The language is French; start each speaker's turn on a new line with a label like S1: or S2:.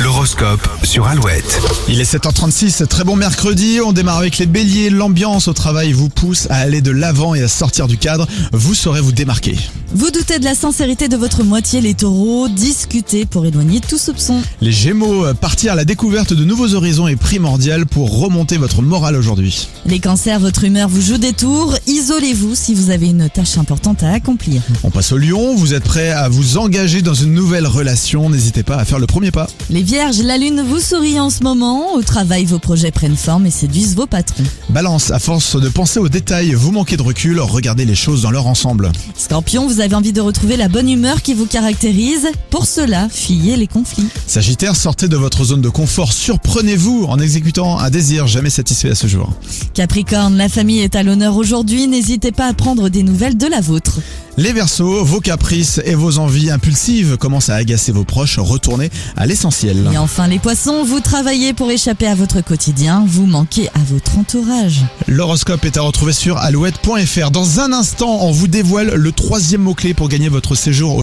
S1: L'horoscope sur Alouette.
S2: Il est 7h36, très bon mercredi, on démarre avec les béliers, l'ambiance au travail vous pousse à aller de l'avant et à sortir du cadre, vous saurez vous démarquer.
S3: Vous doutez de la sincérité de votre moitié, les taureaux, discutez pour éloigner tout soupçon.
S2: Les gémeaux, euh, partir à la découverte de nouveaux horizons est primordial pour remonter votre morale aujourd'hui.
S3: Les cancers, votre humeur vous joue des tours, isolez-vous si vous avez une tâche importante à accomplir.
S2: On passe au lion, vous êtes prêt à vous engager dans une nouvelle relation, n'hésitez pas à faire le premier pas.
S3: Les vierges, la lune vous sourit en ce moment, au travail vos projets prennent forme et séduisent vos patrons.
S2: Balance, à force de penser aux détails, vous manquez de recul, regardez les choses dans leur ensemble.
S3: Scorpion, vous avez envie de retrouver la bonne humeur qui vous caractérise, pour cela, fuyez les conflits.
S2: Sagittaire, sortez de votre zone de confort, surprenez-vous en exécutant un désir jamais satisfait à ce jour.
S3: Capricorne, la famille est à l'honneur aujourd'hui, n'hésitez pas à prendre des nouvelles de la vôtre.
S2: Les Verseaux, vos caprices et vos envies impulsives commencent à agacer vos proches, retournez à l'essentiel.
S3: Et enfin les poissons, vous travaillez pour échapper à votre quotidien, vous manquez à votre entourage.
S2: L'horoscope est à retrouver sur alouette.fr. Dans un instant, on vous dévoile le troisième mot-clé pour gagner votre séjour au